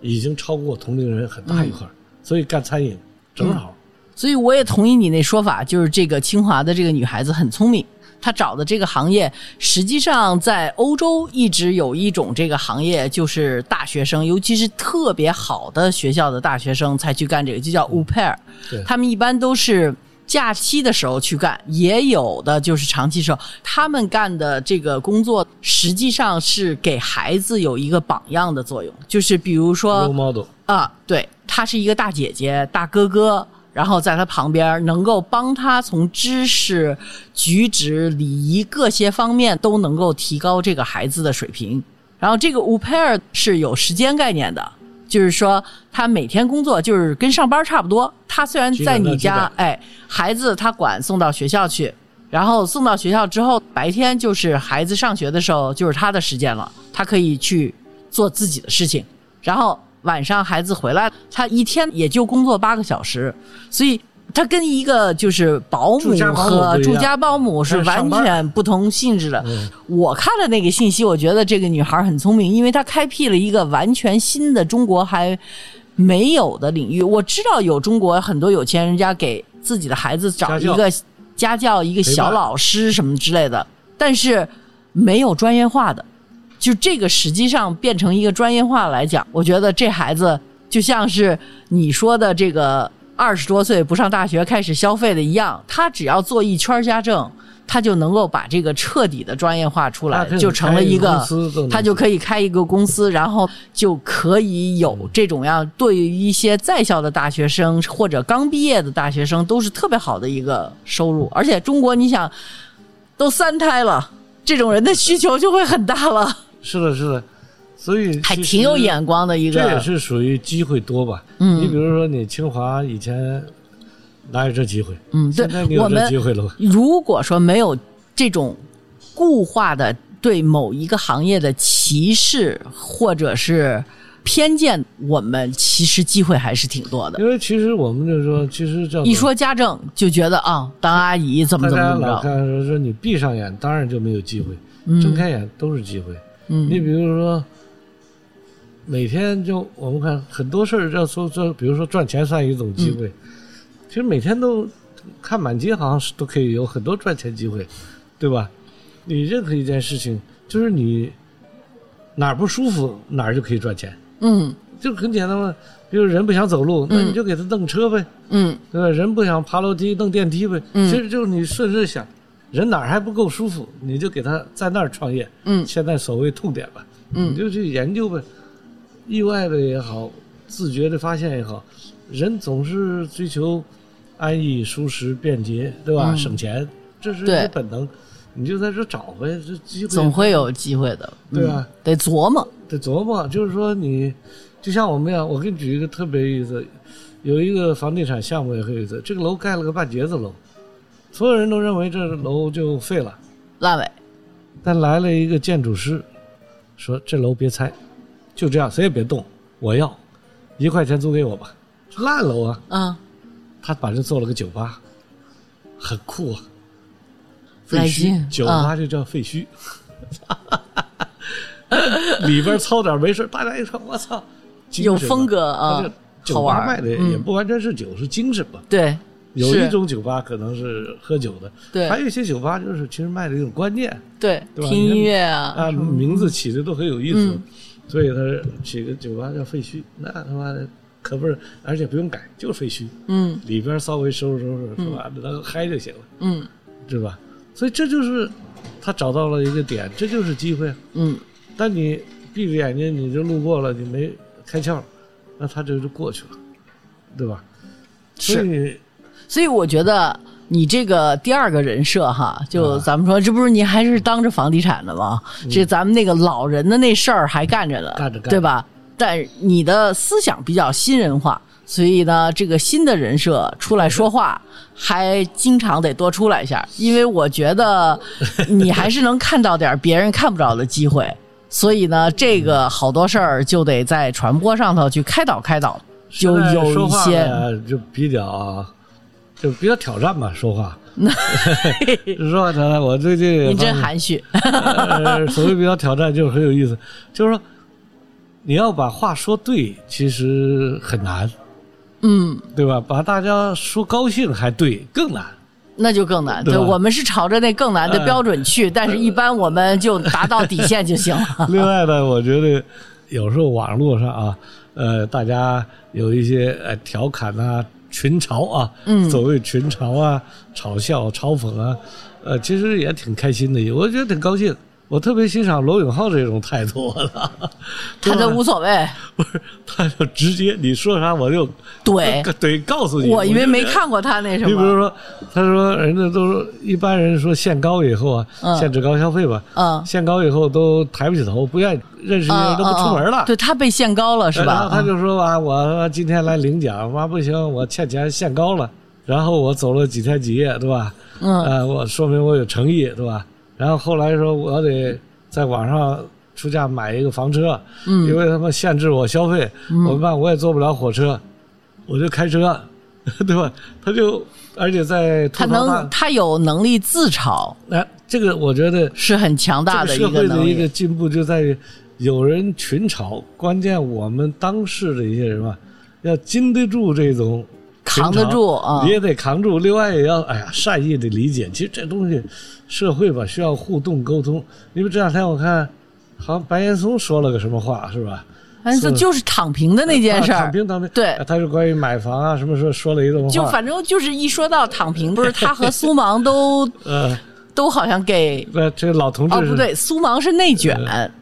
Speaker 2: 已经超过同龄人很大一
Speaker 1: 嗯
Speaker 2: 块儿，所以干餐饮正好。
Speaker 1: 所以我也同意你那说法，就是这个清华的这个女孩子很聪明，她找的这个行业，实际上在欧洲一直有一种这个行业，就是大学生，尤其是特别好的学校的大学生才去干这个，就叫 au pair，、
Speaker 2: 对
Speaker 1: 他们一般都是。假期的时候去干，也有的就是长期时候，他们干的这个工作实际上是给孩子有一个榜样的作用，就是比如说
Speaker 2: role model，
Speaker 1: 啊，对，她是一个大姐姐、大哥哥，然后在她旁边能够帮她从知识、举止、礼仪各些方面都能够提高这个孩子的水平。然后这个 au pair 是有时间概念的，就是说他每天工作就是跟上班差不多。他虽然在你
Speaker 2: 基本上
Speaker 1: 家
Speaker 2: 基，
Speaker 1: 哎，孩子他管送到学校去，然后送到学校之后，白天就是孩子上学的时候就是他的时间了，他可以去做自己的事情。然后晚上孩子回来，他一天也就工作八个小时，所以它跟一个就是保姆
Speaker 2: 住家保姆
Speaker 1: 和
Speaker 2: 不一样
Speaker 1: 住家保姆是完
Speaker 2: 还有上
Speaker 1: 全不同性质的。
Speaker 2: 嗯
Speaker 1: 我看了那个信息，我觉得这个女孩很聪明，因为她开辟了一个完全新的中国还没有的领域。我知道有中国很多有钱人家给自己的孩子找
Speaker 2: 家
Speaker 1: 一
Speaker 2: 教
Speaker 1: 个家教、一个
Speaker 2: 陪伴
Speaker 1: 小老师什么之类的，但是没有专业化的。就这个实际上变成一个专业化来讲，我觉得这孩子就像是你说的这个二十多岁不上大学开始消费的一样，他只要做一圈家政，他就能够把这个彻底的专业化出来
Speaker 2: 他可，以
Speaker 1: 就成了一
Speaker 2: 啊开一个
Speaker 1: 个
Speaker 2: 公司都能，
Speaker 1: 他就可以开一个公司，然后就可以有这种样，对于一些在校的大学生或者刚毕业的大学生都是特别好的一个收入，而且中国你想都三胎了。这种人的需求就会很大了。
Speaker 2: 是的，是的，所以
Speaker 1: 还
Speaker 2: 其实
Speaker 1: 挺有眼光的一个，嗯
Speaker 2: 这也是属于机会多吧？你比如说，你清华以前哪有这机会？
Speaker 1: 嗯，对
Speaker 2: 现在你，
Speaker 1: 我
Speaker 2: 有这
Speaker 1: 们
Speaker 2: 机会了吧？
Speaker 1: 如果说没有这种固化的对某一个行业的歧视或者是偏见，我们其实机会还是挺多的。
Speaker 2: 因为其实我们就说，其实叫做
Speaker 1: 一说家政，就觉得啊、当阿姨怎么
Speaker 2: 大
Speaker 1: 怎么
Speaker 2: 家
Speaker 1: 怎么着，
Speaker 2: 老看说说你闭上眼，当然就没有机会；睁
Speaker 1: 嗯
Speaker 2: 开眼都是机会。你
Speaker 1: 嗯
Speaker 2: 比如说，每天就我们看很多事儿，要说说，比如说赚钱算一种机会，
Speaker 1: 嗯
Speaker 2: 其实每天都看满街，好像是都可以有很多赚钱机会，对吧？你任何一件事情，就是你哪儿不舒服，哪儿就可以赚钱，
Speaker 1: 嗯
Speaker 2: 就很简单嘛。比如人不想走路，那
Speaker 1: 嗯
Speaker 2: 你就给他弄车呗，
Speaker 1: 嗯
Speaker 2: 对吧？人不想爬楼梯，弄电梯呗。
Speaker 1: 嗯
Speaker 2: 其实就是你顺势想，人哪儿还不够舒服，你就给他在那儿创业。
Speaker 1: 嗯
Speaker 2: 现在所谓痛点吧，你
Speaker 1: 嗯
Speaker 2: 就去研究呗，意外的也好，自觉的发现也好，人总是追求安逸、舒适、便捷，对吧？
Speaker 1: 嗯
Speaker 2: 省钱，这是一
Speaker 1: 对
Speaker 2: 个本能，你就在这找呗，这机会
Speaker 1: 总会有机会的，
Speaker 2: 对啊
Speaker 1: 嗯得琢磨，
Speaker 2: 得琢磨。就是说你，就像我们一样，我给你举一个特别有意思，有一个房地产项目也很有意思，这个楼盖了个半截子楼，所有人都认为这楼就废了，
Speaker 1: 烂尾，
Speaker 2: 但来了一个建筑师，说这楼别拆，就这样，谁也别动，我要，一块钱租给我吧，烂楼啊！
Speaker 1: 嗯，
Speaker 2: 他把这做了个酒吧，很酷啊，废
Speaker 1: 来劲啊
Speaker 2: 墟，酒吧就叫废墟， 里边操点没事，大家一看，我操，精神
Speaker 1: 有
Speaker 2: 啊
Speaker 1: 风格
Speaker 2: 他
Speaker 1: 啊
Speaker 2: 这，
Speaker 1: 好
Speaker 2: 酒
Speaker 1: 玩
Speaker 2: 吧
Speaker 1: 儿
Speaker 2: 卖的
Speaker 1: 嗯
Speaker 2: 也不完全是酒，是精神吧。
Speaker 1: 对，
Speaker 2: 有
Speaker 1: 是
Speaker 2: 一种酒吧可能是喝酒的，
Speaker 1: 对
Speaker 2: 还有一些酒吧就是其实卖的一种观念，
Speaker 1: 对，
Speaker 2: 对吧
Speaker 1: 听音乐啊，
Speaker 2: 啊，名字起的都很有意思，
Speaker 1: 嗯
Speaker 2: 所以他起个酒吧叫废墟，那他妈的可不是，而且不用改，就是废墟，
Speaker 1: 嗯
Speaker 2: 里边稍微收拾收拾是吧，能嗨就行了，
Speaker 1: 嗯
Speaker 2: 对吧？所以这就是他找到了一个点，这就是机会。
Speaker 1: 嗯，
Speaker 2: 但你闭着眼睛你就路过了，你没开窍，那他这就过去了，对吧？
Speaker 1: 是
Speaker 2: 所以
Speaker 1: 所以我觉得你这个第二个人设哈，
Speaker 2: 嗯
Speaker 1: 就咱们说，这不是你还是当着房地产的吗？这咱们那个老人的那事儿还干着呢，
Speaker 2: 干着干着
Speaker 1: 对吧？但你的思想比较新人化，所以呢，这个新的人设出来说 话，还经常得多出来一下，因为我觉得你还是能看到点儿别人看不着的机会。所以呢，这个好多事儿就得在传播上头去开导开导，就
Speaker 2: 现在
Speaker 1: 有
Speaker 2: 说
Speaker 1: 一
Speaker 2: 话
Speaker 1: 些
Speaker 2: 呢就比较就比较挑战吧，说话。 说话挑战，我最近
Speaker 1: 您真
Speaker 2: 发现
Speaker 1: 含蓄，
Speaker 2: 呃， 所谓比较挑战就是很有意思，就是说你要把话说对，其实很难，
Speaker 1: 嗯。
Speaker 2: 对吧？把大家说高兴还对 更难，
Speaker 1: 那就更难。
Speaker 2: 对
Speaker 1: 对，
Speaker 2: 吧哎
Speaker 1: 我们是朝着那更难的标准去，但是一般我们就达到底线就行了。
Speaker 2: 另外呢，我觉得有时候网络上啊，呃，大家有一些呃调侃啊、群嘲啊，
Speaker 1: 嗯
Speaker 2: 所谓群嘲啊、嘲笑、嘲讽啊，呃，其实也挺开心的，我觉得挺高兴。我特别欣赏罗永浩这种态度的，
Speaker 1: 他都
Speaker 2: 对吧
Speaker 1: 无所谓，
Speaker 2: 不是， 他就直接你说啥我就
Speaker 1: 怼。
Speaker 2: 对告诉你。
Speaker 1: 我因为
Speaker 2: 就
Speaker 1: 没看过他那什
Speaker 2: 你比如
Speaker 1: 么，
Speaker 2: 说，他说人家都说一般人说限高以后啊，
Speaker 1: 嗯
Speaker 2: 限制高消费吧，
Speaker 1: 嗯，
Speaker 2: 限高以后都抬不起头，不愿意认识一个
Speaker 1: 嗯
Speaker 2: 人都不出门了
Speaker 1: 嗯嗯。对他被限高了是
Speaker 2: 然
Speaker 1: 吧？
Speaker 2: 后
Speaker 1: 嗯
Speaker 2: 他就说啊，我今天来领奖，妈不行，我欠钱限高了。然后我走了几天几夜，对吧？
Speaker 1: 嗯
Speaker 2: 呃，我说明我有诚意，对吧？然后后来说我得在网上出价买一个房车，因
Speaker 1: 嗯
Speaker 2: 为他们限制我消费，我办我也坐不了火车，我就开车， 对吧？他就而且在
Speaker 1: 他
Speaker 2: 吐槽
Speaker 1: 能，他有能力自嘲，
Speaker 2: 那、哎这个我觉得
Speaker 1: 是很强大的一
Speaker 2: 这个
Speaker 1: 个
Speaker 2: 社会
Speaker 1: 能
Speaker 2: 的一个
Speaker 1: 力。
Speaker 2: 进步就在于有人群嘲，关键我们当事的一些人啊，要经得住这种群嘲
Speaker 1: 扛得住啊
Speaker 2: 你也得扛住。另外也要哎呀善意的理解，其实这东西社会吧需要互动沟通。因为这两天我看，好像白岩松说了个什么话是吧？
Speaker 1: 反正
Speaker 2: 是
Speaker 1: 就是躺平的那件事
Speaker 2: 啊
Speaker 1: 儿
Speaker 2: 躺，平躺平，
Speaker 1: 对
Speaker 2: 啊他是关于买房啊什么说说了一段话，
Speaker 1: 就反正就是一说到躺平，不是他和苏芒都
Speaker 2: 呃，
Speaker 1: 都好像给
Speaker 2: 那这老同志
Speaker 1: 哦
Speaker 2: 是
Speaker 1: 不对，苏芒是内卷，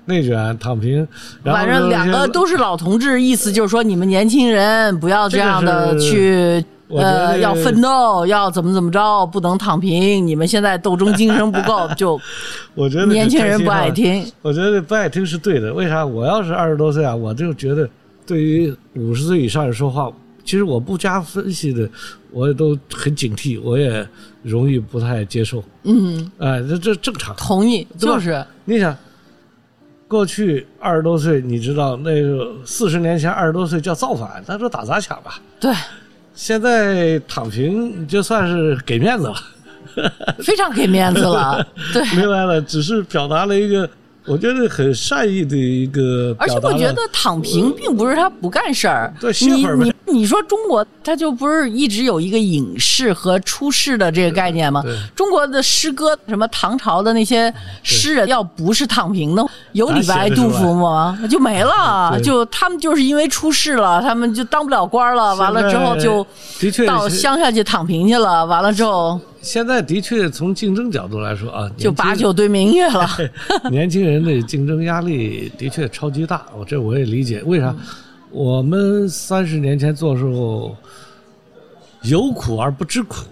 Speaker 2: 内卷躺平，然后
Speaker 1: 反正
Speaker 2: 就
Speaker 1: 两个
Speaker 2: 是
Speaker 1: 都是老同志，意思就是说你们年轻人不要这样的
Speaker 2: 这个是
Speaker 1: 去。
Speaker 2: 我觉得
Speaker 1: 呃，要奋斗，要怎么怎么着，不能躺平。你们现在斗争精神不 够，就
Speaker 2: 我觉得
Speaker 1: 年轻人
Speaker 2: 这
Speaker 1: 不
Speaker 2: 些话
Speaker 1: 爱听。
Speaker 2: 啊我觉得不爱听是对的。为啥？我要是二十多岁啊，我就觉得对于五十岁以上人说话，其实我不加分析的，我也都很警惕，我也容易不太接受。
Speaker 1: 嗯，
Speaker 2: 哎，这这正常。
Speaker 1: 同意，
Speaker 2: 对吧
Speaker 1: 就是
Speaker 2: 你想，过去二十多岁，你知道那个四十年前二十多岁叫造反，那说打砸抢吧。
Speaker 1: 对，
Speaker 2: 现在躺平就算是给面子了，
Speaker 1: 非常给面子 了。对，
Speaker 2: 明白了，只是表达了一个我觉得很善意的一个
Speaker 1: 而且
Speaker 2: 表达
Speaker 1: 我
Speaker 2: 了。呃
Speaker 1: 觉得躺平并不是他不干事儿，
Speaker 2: 对歇
Speaker 1: 你
Speaker 2: 会儿呗
Speaker 1: 你你说中国，它就不是一直有一个隐士和出世的这个概念吗
Speaker 2: 对？
Speaker 1: 中国的诗歌，什么唐朝的那些诗人，要不是躺平的，有李白、
Speaker 2: 哪写得出
Speaker 1: 杜
Speaker 2: 来
Speaker 1: 甫吗？就没了，
Speaker 2: 对
Speaker 1: 就他们就是因为出世了，他们就当不了官了，完了之后就
Speaker 2: 的确
Speaker 1: 到
Speaker 2: 是
Speaker 1: 乡下去躺平去了，完了之后
Speaker 2: 现在的确从竞争角度来说啊，
Speaker 1: 就把
Speaker 2: 年轻
Speaker 1: 酒对明月了。
Speaker 2: 年轻人的竞争压力的确超级大，我这我也理解。为啥？
Speaker 1: 嗯
Speaker 2: 我们三十年前做的时候，有苦而不知苦，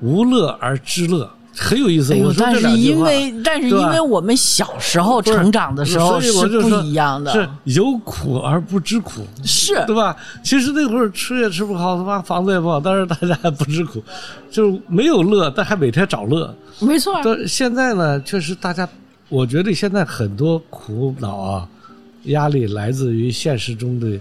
Speaker 2: 无乐而知乐，很有意思。
Speaker 1: 哎呦
Speaker 2: 我，说
Speaker 1: 但
Speaker 2: 这
Speaker 1: 是
Speaker 2: 两句
Speaker 1: 因
Speaker 2: 话
Speaker 1: 为但是
Speaker 2: 对吧
Speaker 1: 因为我们小时候成长的时候
Speaker 2: 所以我就
Speaker 1: 不
Speaker 2: 说
Speaker 1: 一样的，
Speaker 2: 是有苦而不知苦，
Speaker 1: 是
Speaker 2: 对吧？其实那会儿吃也吃不好，他妈房子也不好，但是大家还不知苦，就是没有乐，但还每天找乐。
Speaker 1: 没错儿，
Speaker 2: 但现在呢，确实大家，我觉得现在很多苦恼啊、压力来自于现实中的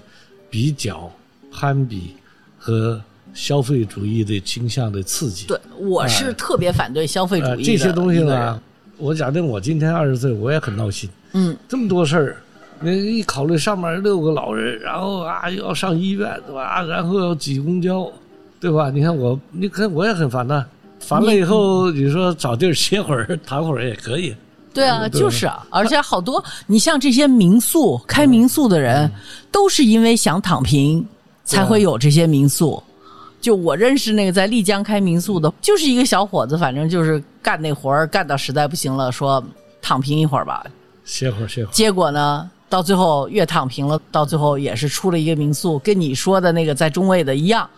Speaker 2: 比较、攀比和消费主义的倾向的刺激。
Speaker 1: 对，我是特别反对消费主
Speaker 2: 呃，
Speaker 1: 义、
Speaker 2: 哎这些东西呢，，我假定我今天二十岁，我也很闹心。
Speaker 1: 嗯，
Speaker 2: 这么多事儿，那一考虑上面六个老人，然后啊又要上医院，对吧？然后要挤公交，对吧？你看我，你看我也很烦呐。烦了以后，你说找地儿歇会儿、躺会儿也可以。
Speaker 1: 对啊，
Speaker 2: 嗯对
Speaker 1: 就是啊，而且好多你像这些民宿开民宿的
Speaker 2: 嗯
Speaker 1: 人，都是因为想躺平才会有这些民宿。就我认识那个在丽江开民宿的，就是一个小伙子，反正就是干那活儿干到实在不行了，说躺平一会儿吧。
Speaker 2: 歇会儿，歇会儿。
Speaker 1: 结果呢，到最后越躺平了，到最后也是出了一个民宿，跟你说的那个在中卫的一样，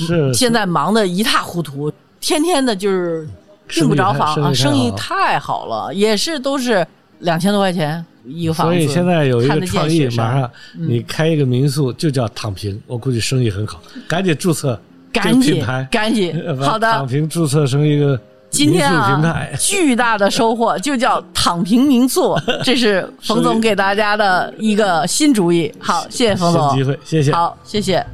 Speaker 1: 嗯
Speaker 2: 是
Speaker 1: 现在忙得一塌糊涂，天天的就是订不着房啊，生
Speaker 2: 生
Speaker 1: 意
Speaker 2: 意太生意太好了
Speaker 1: 太好了，也是都是两千多块钱一个房子。
Speaker 2: 所以现在有一
Speaker 1: 看
Speaker 2: 个
Speaker 1: 得见
Speaker 2: 创意
Speaker 1: 雪，山嗯
Speaker 2: 马上你开一个民宿就叫“躺平”，我估计生意很好，赶紧注册这个
Speaker 1: 赶
Speaker 2: 品
Speaker 1: 紧
Speaker 2: 牌。
Speaker 1: 赶紧，
Speaker 2: 把
Speaker 1: 好
Speaker 2: 躺
Speaker 1: 的，
Speaker 2: 平注册成一个
Speaker 1: 今天
Speaker 2: 民宿平
Speaker 1: 啊
Speaker 2: 台，
Speaker 1: 巨大的收获就叫躺平民 宿，这是冯总给大家的一个新主意。好，谢谢冯
Speaker 2: 新机
Speaker 1: 总，
Speaker 2: 会，谢谢。
Speaker 1: 好，谢谢。